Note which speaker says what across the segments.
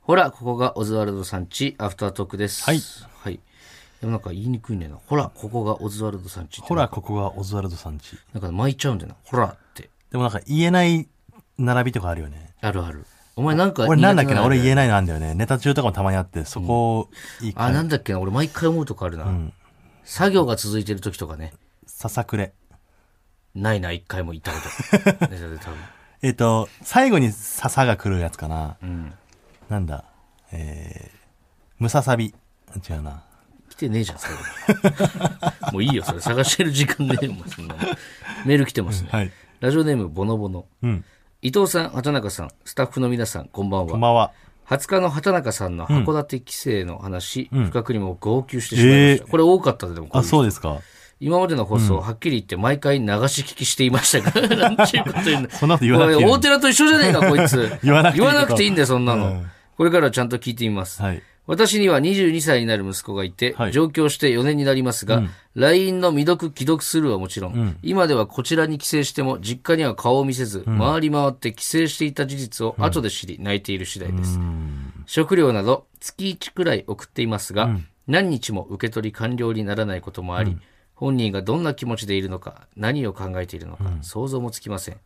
Speaker 1: ほら、ここがオズワルドさんち、アフタートークです。
Speaker 2: はい。
Speaker 1: はい。でもなんか言いにくいねんな。ほら、ここがオズワルドさんちって。
Speaker 2: ほら、ここがオズワルドさんち。
Speaker 1: なんか巻いちゃうんだよな。ほらって。
Speaker 2: でもなんか言えない並びとかあるよね。
Speaker 1: あるある。お前なんか
Speaker 2: 俺なんだっけな、俺言え
Speaker 1: い。
Speaker 2: ないのあんだよね。ネタ中とかもたまにあって、そこをいいか、
Speaker 1: あ、なんだっけな。俺毎回思うとこあるな。作業が続いてる時とかね。
Speaker 2: ささくれ。
Speaker 1: ないな、一回も言った こと。ネタで多分。
Speaker 2: えっ、と、最後にささが来るやつかな。なんだ、えー、ムササビ。違うな。
Speaker 1: 来てねえじゃ ん、最後にもういいよ、それ。探してる時間ねえもん、そんなのメール来てますね。
Speaker 2: はい。
Speaker 1: ラジオネーム、ボノボノ。
Speaker 2: うん。
Speaker 1: 伊藤さん、畑中さん、スタッフの皆さん、こんばん
Speaker 2: こ
Speaker 1: は
Speaker 2: ん。ばんは。
Speaker 1: 20日の畑中さんの函館帰省の話、深くにも号泣してしまいました。
Speaker 2: え
Speaker 1: これ多かったで、でもこう
Speaker 2: あ、
Speaker 1: いう
Speaker 2: そうですか。
Speaker 1: 今までの放送、はっきり言って毎回流し聞きしていましたから、 なんちゅうこと言うの。
Speaker 2: そんなこと言わなくていい
Speaker 1: おい大寺と一緒じゃねえか、こいつ
Speaker 2: 。言わなくていいこと
Speaker 1: んだよ、そんなの。
Speaker 2: うん
Speaker 1: これからはちゃんと聞いてみます。
Speaker 2: はい。
Speaker 1: 私には22歳になる息子がいて、
Speaker 2: はい
Speaker 1: 上京して4年になりますが、LINE の未読、既読するはもちろん,、今ではこちらに帰省しても、実家には顔を見せず、回り回って帰省していた事実を後で知り、泣いている次第です。食料など、月1くらい送っていますが、何日も受け取り完了にならないこともあり、本人がどんな気持ちでいるのか、何を考えているのか、想像もつきません。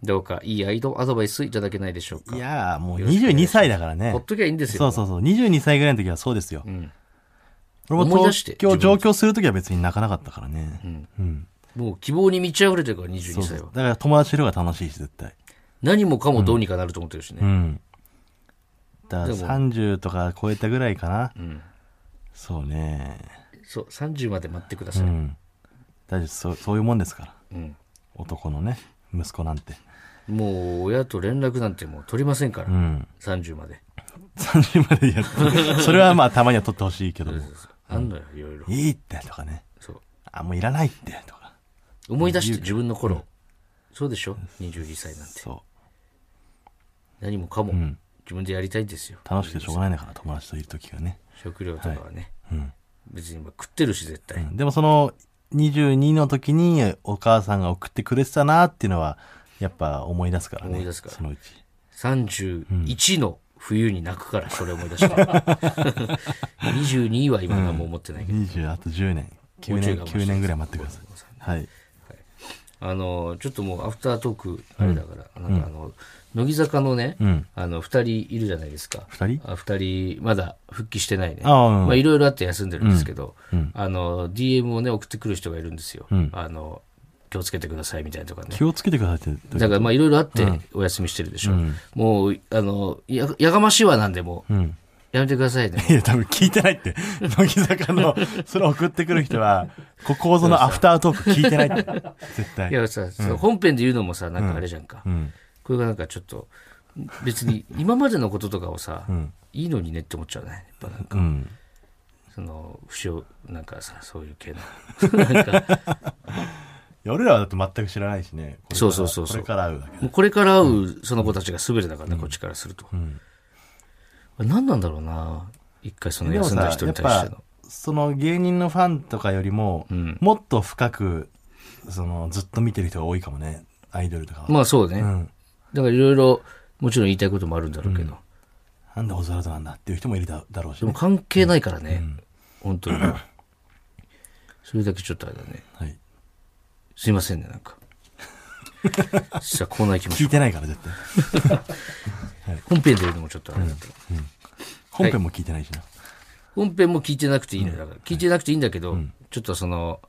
Speaker 1: どうかいいアイドアドバイスいただけないでしょうか
Speaker 2: い。やー、もう22歳だからね
Speaker 1: ほっ。ときゃいいんですよ。
Speaker 2: そうそうそう。22歳ぐらいの時はそうですよ。俺も
Speaker 1: 思い出して
Speaker 2: 東京
Speaker 1: 自分
Speaker 2: 上京する時は別に泣かなかったからね。
Speaker 1: もう希望に満ち溢れてるから、22
Speaker 2: そう
Speaker 1: 歳
Speaker 2: そ
Speaker 1: は
Speaker 2: う。だから友達といる方が楽しいし、絶対。
Speaker 1: 何もかもどうにかなると思ってるしね。
Speaker 2: うん。だから
Speaker 1: でも
Speaker 2: 30とか超えたぐらいかな。そうね。
Speaker 1: そう、30まで待ってください。
Speaker 2: うん。大丈夫そう、そういうもんですから。
Speaker 1: うん
Speaker 2: 男のね、息子なんて。
Speaker 1: もう親と連絡なんてもう取りませんから、
Speaker 2: うん。
Speaker 1: 30まで。
Speaker 2: 30までや る。それはまあたまには取ってほしいけども。
Speaker 1: あんのよ、いろいろ。
Speaker 2: いいってとかね。
Speaker 1: そう。
Speaker 2: あ、もういらないってとか。
Speaker 1: 思い出して自分の頃。そうでしょ ?22 歳なんて。
Speaker 2: そ
Speaker 1: 何もかも
Speaker 2: ん
Speaker 1: 自分でやりたいんですよ。
Speaker 2: う。楽しくてしょうがないんだから、友達といる時がね。
Speaker 1: 食料とかはね。
Speaker 2: うん。
Speaker 1: 別にまあ食ってるし、絶対。
Speaker 2: でもその22の時にお母さんが送ってくれてたなっていうのはやっぱ思い出すからね。
Speaker 1: 思い出すから
Speaker 2: そのうち。
Speaker 1: 31の冬に泣くから、それ思い出して。22は今何も思ってないけど。
Speaker 2: 20あと10年。9
Speaker 1: もうちょい
Speaker 2: 年、
Speaker 1: 我慢して
Speaker 2: 9年ぐらい待ってください。はい。
Speaker 1: あのちょっともうアフタートークあれだから、なんかあの乃木坂のね、
Speaker 2: うん
Speaker 1: あの2人いるじゃないですか
Speaker 2: 2人
Speaker 1: あ2人まだ復帰してないね
Speaker 2: ああうん
Speaker 1: まあ、いろいろあって休んでるんですけど、
Speaker 2: うんうん
Speaker 1: あの DM をね送ってくる人がいるんですよ、
Speaker 2: うん
Speaker 1: あの気をつけてくださいみたいなとかね
Speaker 2: 気をつけてくださいって。
Speaker 1: だからまあいろいろあってお休みしてるでしょ、もうあのややがましいわなんでもう
Speaker 2: うん。
Speaker 1: やめてくださいね
Speaker 2: いや、多分聞いてないって。乃木坂の、 それ送ってくる人は、ここぞのアフタートーク聞いてないって。 絶
Speaker 1: い
Speaker 2: 対。
Speaker 1: やさ、その本編で言うのもさなんかあれじゃんか、
Speaker 2: うん。
Speaker 1: これがなんかちょっと別に今までのこととかをさ、
Speaker 2: うん。
Speaker 1: いいのにねって思っちゃうねやっぱなんか
Speaker 2: うん。
Speaker 1: その不詳なんかさそういう系のなんか
Speaker 2: いや俺らはだって全く知らないしね。これか
Speaker 1: そう
Speaker 2: ら
Speaker 1: そうそうそう
Speaker 2: これから会うだけだ
Speaker 1: もうこれから会うその子たちが全てだからね、こっちからすると、
Speaker 2: ん
Speaker 1: 何なんだろうな一回その
Speaker 2: でも
Speaker 1: 休んだ
Speaker 2: さ
Speaker 1: 人
Speaker 2: や
Speaker 1: に
Speaker 2: っ
Speaker 1: 対して
Speaker 2: ぱ
Speaker 1: の
Speaker 2: その芸人のファンとかよりも、
Speaker 1: ん
Speaker 2: もっと深くそのずっと見てる人が多いかもねアイドルとかは、
Speaker 1: まあそうね、
Speaker 2: うん、
Speaker 1: だからいろいろもちろん言いたいこともあるんだろうけど、
Speaker 2: なんでオズワルドなんだっていう人もいるだだろうし
Speaker 1: で
Speaker 2: ね、
Speaker 1: も関係ないからね、本 当にそれだけちょっとあれだね
Speaker 2: はい、
Speaker 1: すいませんねなんか さあコーナー行きまし
Speaker 2: 聞
Speaker 1: ょ
Speaker 2: いうてないから絶対
Speaker 1: 本編で言うのもちょっとあれだった、
Speaker 2: 本編も聞いてないしな、
Speaker 1: 本編も聞いてなくていいのよ。だから聞いてなくていいんだけど、ちょっとその、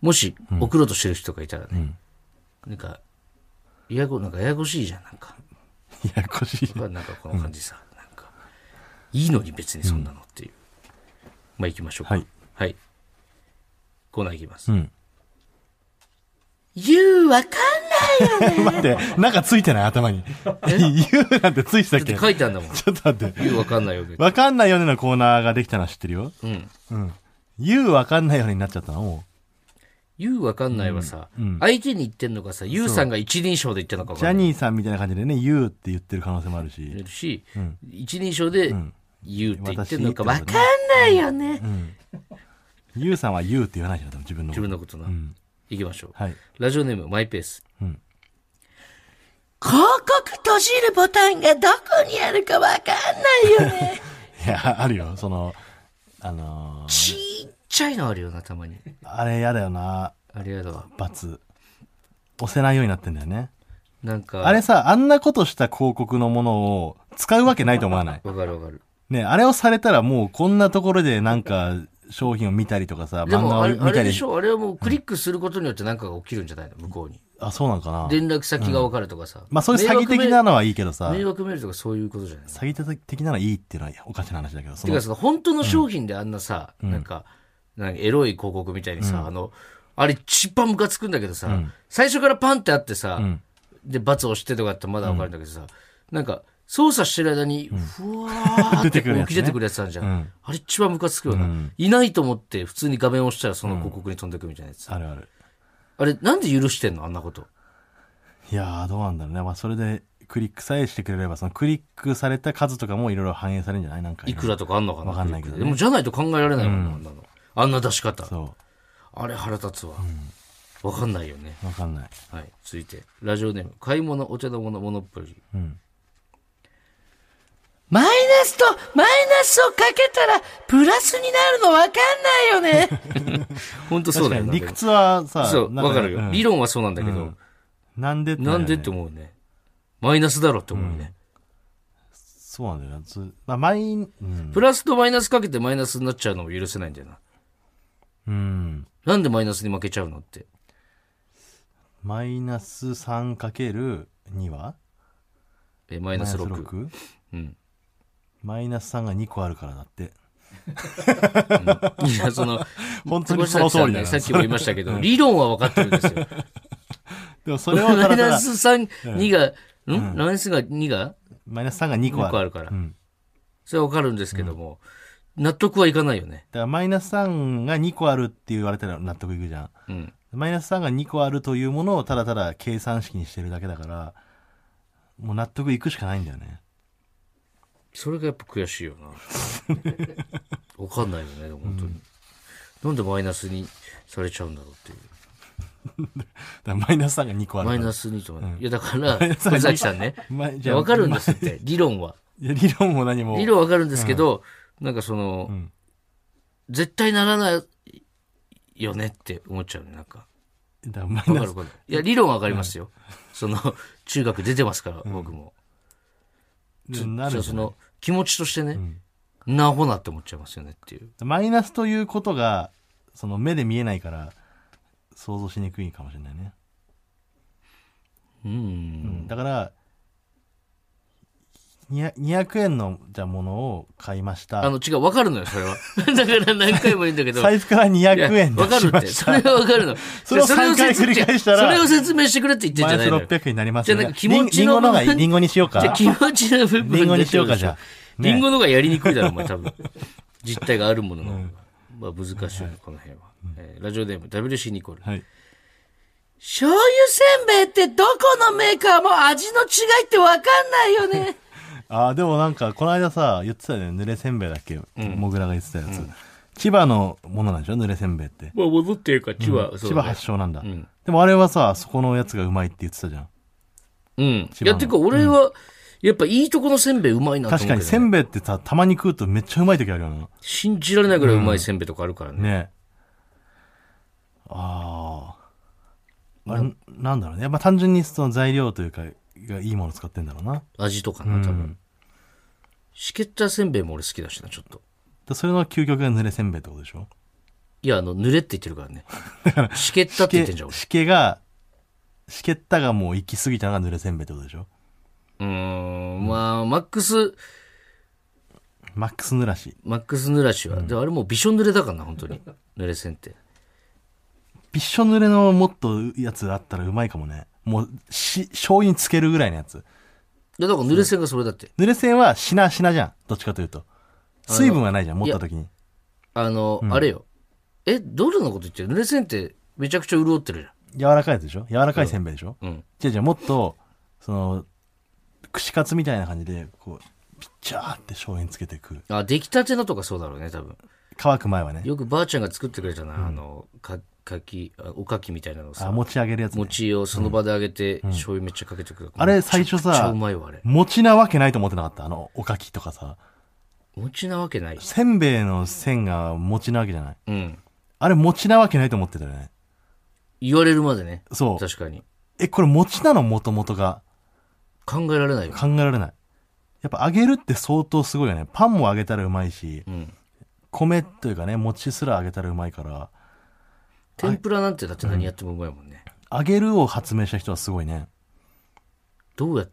Speaker 1: もし送ろうとしてる人がいたらね、なんか、ややこ、なんかややこしいじゃん、なんか。
Speaker 2: ややこしい
Speaker 1: なんかこの感じさ、なんか、いいのに別にそんなのっていう。まあ行きましょうか。
Speaker 2: はい。
Speaker 1: コーナー行きます。
Speaker 2: うん
Speaker 1: You わかん
Speaker 2: 待ってなんかついてない頭に 言うなんてついてたっ
Speaker 1: ない
Speaker 2: け
Speaker 1: って
Speaker 2: ちょ
Speaker 1: 書いてあるんだもん。
Speaker 2: っと待って
Speaker 1: You わかんないよ ね。
Speaker 2: わかんないよねのコーナーができたのは知ってるよ
Speaker 1: うん。
Speaker 2: うん言うわかんないよねになっちゃったのも
Speaker 1: You わかんないはさ、相手に言ってんのかさ、You さんが一人称で言ってんのかわ
Speaker 2: うジ
Speaker 1: か
Speaker 2: ャ
Speaker 1: んない。
Speaker 2: ニーさんみたいな感じでね言うって言ってる可能性もあるし
Speaker 1: いるし、一人称で You って言ってんのかわかん
Speaker 2: 私
Speaker 1: ないよね。
Speaker 2: ゆうさんはゆうって言わないじゃん、多分自分のこ
Speaker 1: 自
Speaker 2: と。
Speaker 1: 分のことな。行きましょう。
Speaker 2: はい。
Speaker 1: ラジオネーム、マイペース。
Speaker 2: うん
Speaker 3: 広告閉じるボタンがどこにあるかわかんないよ ね。
Speaker 2: いや、あるよ。その、あのー
Speaker 1: ちっちゃいのあるよな、たまに。
Speaker 2: あれやだよな。
Speaker 1: あれやだわ。
Speaker 2: 罰。押せないようになってんだよね。
Speaker 1: なんか、
Speaker 2: あれさ、あんなことした広告のものを使うわけないと思わない。
Speaker 1: わかるわかる。
Speaker 2: ね、あれをされたらもうこんなところでなんか商品を見たりとかさ、
Speaker 1: で
Speaker 2: 漫画
Speaker 1: も
Speaker 2: を
Speaker 1: あれ、あ
Speaker 2: 見た
Speaker 1: れで
Speaker 2: り
Speaker 1: し。ょあれはもうクリックすることによって何かが起きるんじゃないの向こうに。
Speaker 2: あ、そうなんかな。
Speaker 1: 連絡先がわかるとかさ。
Speaker 2: まあそういう詐欺的なのはいいけどさ、
Speaker 1: 迷
Speaker 2: 詐
Speaker 1: 惑メールとかそういうことじゃない
Speaker 2: 欺的なのはいいっていうのはおかしな話だけど、そ
Speaker 1: て
Speaker 2: の
Speaker 1: か、その本当の商品であんなさ、なんか、なんかエロい広告みたいにさ、あの、あれ一番ムカつくんだけどさ、最初からパンってあってさ、
Speaker 2: ん
Speaker 1: で、罰押してとかってまだわかるんだけどさ、なんか、操作してる間に、ふわーっ
Speaker 2: 出
Speaker 1: て
Speaker 2: て
Speaker 1: こう
Speaker 2: くるやつね
Speaker 1: 浮き出てくるやつあるじゃん。
Speaker 2: うん
Speaker 1: あれ一番ムカつくよな、いないと思って普通に画面押したらその広告に飛んでくみたいなやつ。
Speaker 2: あるある。
Speaker 1: あれ、なんで許してんのあんなこと。
Speaker 2: いやー、どうなんだろうね。まあそれでクリックさえしてくれれば、そのクリックされた数とかもいろいろ反映されるんじゃないなんかね、
Speaker 1: いくらとかあんのかな
Speaker 2: わかんないけどね
Speaker 1: でも、じゃないと考えられないもんな、あんなの。あんな出し方。
Speaker 2: そ
Speaker 1: あれ腹立つわ。わかんないよね。
Speaker 2: う、わかんない。
Speaker 1: はい、続いてラジオネーム買い物お茶の物モノポリー
Speaker 3: マイナスとマイナスをかけたらプラスになるのわかんないよね。
Speaker 1: 本当そうだよね
Speaker 2: 理屈はさ、
Speaker 1: そう
Speaker 2: なん
Speaker 1: わかるよ、
Speaker 2: うん
Speaker 1: 理論はそうなんだけど、
Speaker 2: なんでって
Speaker 1: な
Speaker 2: なるよね
Speaker 1: んでって思うねマイナスだろって思うね、
Speaker 2: そうなんだよな。つまあ、マイン、うん。
Speaker 1: プラスとマイナスかけてマイナスになっちゃうのも許せないんだよな
Speaker 2: うん
Speaker 1: なんでマイナスに負けちゃうのって
Speaker 2: マイナス 3×2 は
Speaker 1: えマ
Speaker 2: マ
Speaker 1: イナス 6, うん
Speaker 2: マイナス3が2個あるからだって。
Speaker 1: いやその
Speaker 2: 本当
Speaker 1: 坪
Speaker 2: に そ
Speaker 1: 崎
Speaker 2: の通
Speaker 1: さん
Speaker 2: りだ
Speaker 1: ね
Speaker 2: な。
Speaker 1: さっきも言いましたけど、理論は分かってるんですよ
Speaker 2: でもそれを
Speaker 1: マ
Speaker 2: た
Speaker 1: イ
Speaker 2: だた
Speaker 1: ナ
Speaker 2: だ
Speaker 1: ス32が、んマイナスが2が
Speaker 2: マイナス3が2個
Speaker 1: 2個
Speaker 2: あ
Speaker 1: あ
Speaker 2: る。
Speaker 1: るから、
Speaker 2: うん
Speaker 1: それは分かるんですけども、納得はいかないよね
Speaker 2: だからマイナス3が2個あるって言われたら納得いくじゃん。
Speaker 1: うん
Speaker 2: マイナス3が2個あるというものをただただ計算式にしてるだけだから、もう納得いくしかないんだよね。
Speaker 1: それがやっぱ悔しいよな。 わかんないよね、でも本当に。なんでマイナスにされちゃうんだろうっていう。
Speaker 2: だからマイナス3が2個ある
Speaker 1: マ
Speaker 2: か
Speaker 1: イ
Speaker 2: ら。
Speaker 1: ナスにとかね。いや、だ から、
Speaker 2: イナスに
Speaker 1: 小崎さんね。
Speaker 2: マイ
Speaker 1: いや、わかるんですって、理論は。
Speaker 2: いや理論も何も。
Speaker 1: 理論わかるんですけど、なんかその、
Speaker 2: ん
Speaker 1: 絶対ならないよねって思っちゃうね、なんか。
Speaker 2: だからマイ
Speaker 1: わか
Speaker 2: ナ
Speaker 1: る
Speaker 2: ス
Speaker 1: わかる。いや、理論はわかりますよ。その、中学出てますから、僕も。
Speaker 2: にな
Speaker 1: そ
Speaker 2: る
Speaker 1: う
Speaker 2: じ
Speaker 1: そ
Speaker 2: ゃない
Speaker 1: の、気持ちとしてね、なあほなって思っちゃいますよねっていう。
Speaker 2: マイナスということが、その目で見えないから、想像しにくいかもしれないね。
Speaker 1: うん。
Speaker 2: だから、にゃ200円のじゃあものを買いまし
Speaker 1: あ
Speaker 2: た。
Speaker 1: の、違う、わかるのよ、それは。 だから何回も言うんだけど。
Speaker 2: 財布から200円
Speaker 1: わ
Speaker 2: 出
Speaker 1: か
Speaker 2: し
Speaker 1: るっ
Speaker 2: ま
Speaker 1: て。
Speaker 2: し
Speaker 1: そ
Speaker 2: た。
Speaker 1: れはわかるの。
Speaker 2: それを
Speaker 1: で
Speaker 2: 3回繰り返したら
Speaker 1: それを説明してくれって言ってん
Speaker 2: マ
Speaker 1: じゃ
Speaker 2: イナ
Speaker 1: ない
Speaker 2: ス
Speaker 1: のよ。
Speaker 2: 600円になります
Speaker 1: じゃあなんか気持ち
Speaker 2: リンリン
Speaker 1: の
Speaker 2: ゴのがいい。リンゴにしようか。
Speaker 1: じゃあ気持ちの部分
Speaker 2: リンゴにしようか、じゃあ。
Speaker 1: リン
Speaker 2: ね
Speaker 1: ゴの方がやりにくいだろ、お前多 分。実態があるものの。まあ難しいよ、この辺は。えーラジオネーム、WC ニコル。
Speaker 2: はい。
Speaker 3: 醤油せんべいってどこのメーカーも味の違いってわかんないよね。
Speaker 2: ああ、でもなんか、この間さ、言ってたよね。濡れせんべいだっけ、モグラが言ってたやつ。千葉のものなんでしょ濡れせんべいって。
Speaker 1: まあ戻ってるか、千葉、そう
Speaker 2: 千
Speaker 1: だ
Speaker 2: 葉
Speaker 1: ね
Speaker 2: 発祥なんだ、
Speaker 1: ん
Speaker 2: でもあれはさ、そこのやつがうまいって言ってたじゃん。
Speaker 1: うん。い
Speaker 2: 葉
Speaker 1: や、
Speaker 2: の
Speaker 1: てか俺は、やっぱいいとこのせんべいうまいなと思
Speaker 2: 確
Speaker 1: う
Speaker 2: かに、
Speaker 1: け
Speaker 2: せ
Speaker 1: どね
Speaker 2: んべいってさ、たまに食うとめっちゃうまい時あるよな。
Speaker 1: 信じられないぐらいうまいせんべいとかあるからね。
Speaker 2: ねああ。あれ、なんだろうね。まあ単純にその材料というか、がいいもの使ってんだろうな。
Speaker 1: 味とかな、多分。しけったせんべいも俺好きだしな、ちょっと。
Speaker 2: でそれの究極が濡れせんべいってことでしょ
Speaker 1: いや、あの、濡れって言ってるからね。 しけったって言ってんじゃん、俺。
Speaker 2: しけが、しけったがもう行き過ぎたのが濡れせんべいってことでしょ
Speaker 1: うーん、まあ、マックス、
Speaker 2: マックス濡らし。
Speaker 1: マックス濡らしは。で、あれもうびしょ濡れだからな、本当に。濡れせんって。
Speaker 2: びっしょ濡れのもっとやつあったらうまいかもね。もう、し、醤油につけるぐらいのやつ。
Speaker 1: で、だから濡れせんがそれだって。
Speaker 2: 濡れせんはしなしなじゃん。どっちかというと。水分がないじゃん、持った時に。
Speaker 1: あの、あれよ。え、どれのこと言ってる濡れせんってめちゃくちゃ潤ってるじゃん。
Speaker 2: 柔らかいやつでしょ柔らかいせんべいでしょ、
Speaker 1: うん。
Speaker 2: じゃあじゃあもっと、その、串カツみたいな感じで、こう、ピッチャーって醤油につけて食う。
Speaker 1: あ、出来たてのとかそうだろうね、多分。
Speaker 2: 乾く前はね。
Speaker 1: よくばあちゃんが作ってくれたな、あの、か、かき、あおかきみたいなの
Speaker 2: あ、
Speaker 1: さ、
Speaker 2: 持ち上げるやつ、ね。
Speaker 1: 餅をその場で揚げて、醤油めっちゃかけてくる。
Speaker 2: あれ最初さ
Speaker 1: めちゃくちゃうまいわ、あれ。
Speaker 2: 餅なわけないと思ってなかった。あの、おかきとかさ。
Speaker 1: 餅なわけない。
Speaker 2: せんべいの線が餅なわけじゃない。
Speaker 1: うん。
Speaker 2: あれ餅なわけないと思ってたよね。
Speaker 1: 言われるまでね。
Speaker 2: そう。
Speaker 1: 確かに。
Speaker 2: え、これ餅なのもともとが
Speaker 1: 考えられないよ。
Speaker 2: 考えられない。やっぱ揚げるって相当すごいよね。パンも揚げたらうまいし、
Speaker 1: うん。
Speaker 2: 米というかね、餅すら揚げたらうまいから、
Speaker 1: 天ぷらなんてだって何やってもうまいもんね。
Speaker 2: 揚げるを発明した人はすごいね。
Speaker 1: どうやっ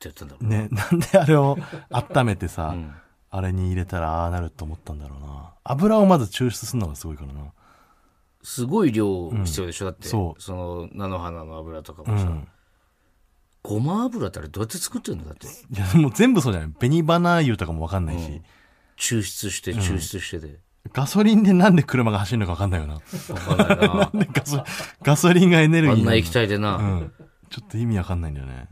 Speaker 1: てやったんだろう。
Speaker 2: ね、 なんであれを温めて
Speaker 1: う
Speaker 2: さ、
Speaker 1: ん。
Speaker 2: あれに入れたらああなると思ったんだろうな。油をまず抽出するのがすごいからな。
Speaker 1: すごい量必要でしょ、だって。
Speaker 2: そ
Speaker 1: そうの、菜の花の油とか
Speaker 2: う
Speaker 1: もさ。
Speaker 2: ん。
Speaker 1: ごま油ってあれどうやって作ってるのだって。
Speaker 2: いや、もう全部そうじゃない。紅花油とかもわかんないし、
Speaker 1: 抽出して、抽出してで。
Speaker 2: ガソリンでなんで車が走るのかわかんないよな。
Speaker 1: わかんないな。
Speaker 2: でガソガソリンがエネルギ
Speaker 1: あ
Speaker 2: ー
Speaker 1: ん
Speaker 2: に
Speaker 1: な
Speaker 2: なる
Speaker 1: 液体でな。
Speaker 2: のうん。ちょっと意味わかんないんだよね。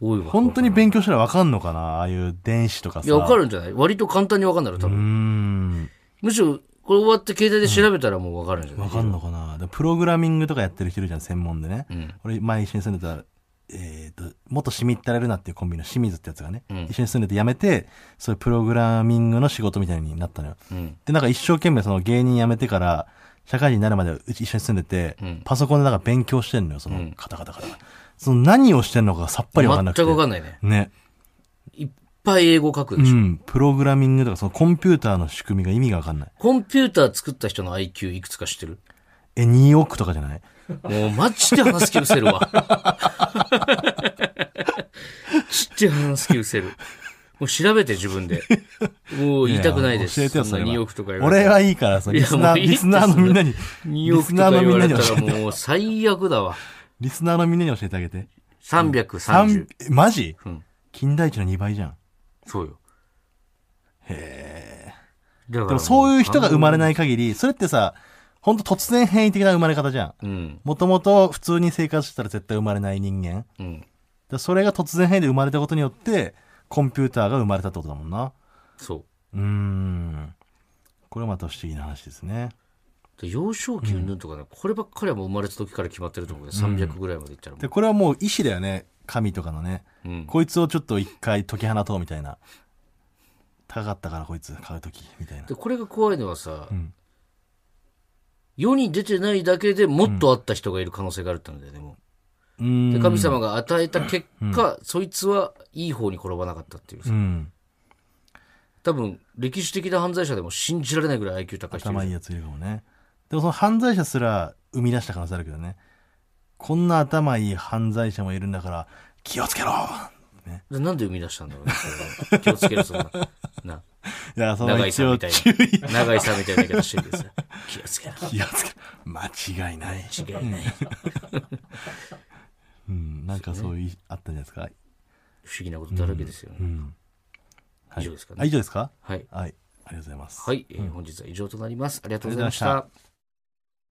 Speaker 1: 多いわ。
Speaker 2: 本当に勉強したらわかんのかなああいう電子とかさ。
Speaker 1: いや、わかるんじゃない割と簡単にわかんだろ、多
Speaker 2: うー
Speaker 1: 分。
Speaker 2: ん。
Speaker 1: むしろ、これ終わって携帯で調べたらもうわかるんじゃない
Speaker 2: わかんのかなでプログラミングとかやってる人いるじゃん、専門でね。
Speaker 1: ん
Speaker 2: 俺、前一緒に住んでた、えっ、と、元シミったれるなっていうコンビの清水ってやつがね、
Speaker 1: ん
Speaker 2: 一緒に住んでて辞めて、そういうプログラミングの仕事みたいになったのよ。
Speaker 1: うん。
Speaker 2: で、なんか一生懸命その芸人辞めてから、社会人になるまでうち一緒に住んでて、
Speaker 1: うん
Speaker 2: パソコンでなんか勉強してんのよ、その、
Speaker 1: うん
Speaker 2: カタカタカタカタ。その何をしてんのかがさっぱりわかんな
Speaker 1: 全
Speaker 2: くて。
Speaker 1: くわかんないね。
Speaker 2: ね。
Speaker 1: いっぱい英語書く
Speaker 2: う
Speaker 1: でしょ。
Speaker 2: ん。プログラミングとか、そのコンピューターの仕組みが意味がわかんない。
Speaker 1: コンピューター作った人の IQ いくつか知ってる
Speaker 2: え、2億とかじゃない
Speaker 1: もうマジで話す気失せるわ。 ちって話す気失せる。もう調べて自分で。もう言いたくないです。
Speaker 2: や教えてよ、
Speaker 1: そ
Speaker 2: そ
Speaker 1: ん
Speaker 2: れ
Speaker 1: な
Speaker 2: は。
Speaker 1: 2億とか言われ
Speaker 2: 俺
Speaker 1: たら。
Speaker 2: はいいから、その
Speaker 1: い
Speaker 2: リ
Speaker 1: や
Speaker 2: スナ
Speaker 1: も
Speaker 2: ー、
Speaker 1: ういい
Speaker 2: リスナーのみんなに、
Speaker 1: 2
Speaker 2: リ
Speaker 1: 億
Speaker 2: ス
Speaker 1: と
Speaker 2: ナ
Speaker 1: か
Speaker 2: ーの
Speaker 1: 言
Speaker 2: みん
Speaker 1: わ
Speaker 2: な
Speaker 1: れ
Speaker 2: に
Speaker 1: た
Speaker 2: 教
Speaker 1: ら
Speaker 2: えて、
Speaker 1: もう最悪だわ。
Speaker 2: リスナーのみんなに教えてあげて。
Speaker 1: 330
Speaker 2: 三。えマジ
Speaker 1: うん
Speaker 2: 金田一の2倍じゃん。
Speaker 1: そうよ。へえ。だか
Speaker 2: でもそういう人が生まれ
Speaker 1: い。
Speaker 2: ない限り、それってさ、ほんと突然変異的な生まれ方じゃ
Speaker 1: う
Speaker 2: ん。
Speaker 1: ん。
Speaker 2: もともと普通に生活してたら絶対生まれない人間。
Speaker 1: うん。
Speaker 2: でそれが突然変異で生まれたことによって、コンピューターが生まれたってことだもんな。
Speaker 1: そう
Speaker 2: ーん。これまた不思議な話ですね。
Speaker 1: う。で幼少期うんぬんとかね、こればっかりはもう生まれた時から決まってると思うけど、300ぐらいまでいったらも
Speaker 2: で、
Speaker 1: う。
Speaker 2: これはもう意志だよね。神とかのね。
Speaker 1: うん。
Speaker 2: こいつをちょっと一回解き放とうみたいな。高かったからこいつ買うとき、みたいな
Speaker 1: で、。これが怖いのはさ
Speaker 2: ん、
Speaker 1: 世に出てないだけでもっとあった人がいる可能性があるってなんだよね、も
Speaker 2: う
Speaker 1: う。
Speaker 2: ー
Speaker 1: で、
Speaker 2: ん。
Speaker 1: 神様が与えた結果、そいつはいい方に転ばなかったっていう
Speaker 2: う
Speaker 1: さ。
Speaker 2: ん。
Speaker 1: 多分、歴史的な犯罪者でも信じられないぐらい IQ 高い人いる
Speaker 2: 頭いい
Speaker 1: じゃん
Speaker 2: やついるかもね。でもその犯罪者すら生み出した可能性あるけどね。こんな頭いい犯罪者もいるんだから、気をつけろね。
Speaker 1: でなんで生み出したんだろうね、それは気 をつける、そんな。な。
Speaker 2: いや、その
Speaker 1: 長井
Speaker 2: 一
Speaker 1: さん
Speaker 2: 応
Speaker 1: みたい
Speaker 2: 注意。
Speaker 1: な。長井さんみたいな言い方してるけどさ。 気をつけろ。
Speaker 2: 気をつけろ。間違いない。
Speaker 1: 間違いない。
Speaker 2: うん、なんかそういう、あったんじゃないですか。
Speaker 1: 不思議なことだらけですよね。
Speaker 2: はい
Speaker 1: 以上ですか
Speaker 2: あ
Speaker 1: ね。
Speaker 2: 以上ですか
Speaker 1: はい。
Speaker 2: はい。ありがとうございます。
Speaker 1: はい。えー本日は以上となります。ありがとうございまし
Speaker 2: ありがとうございました
Speaker 1: た。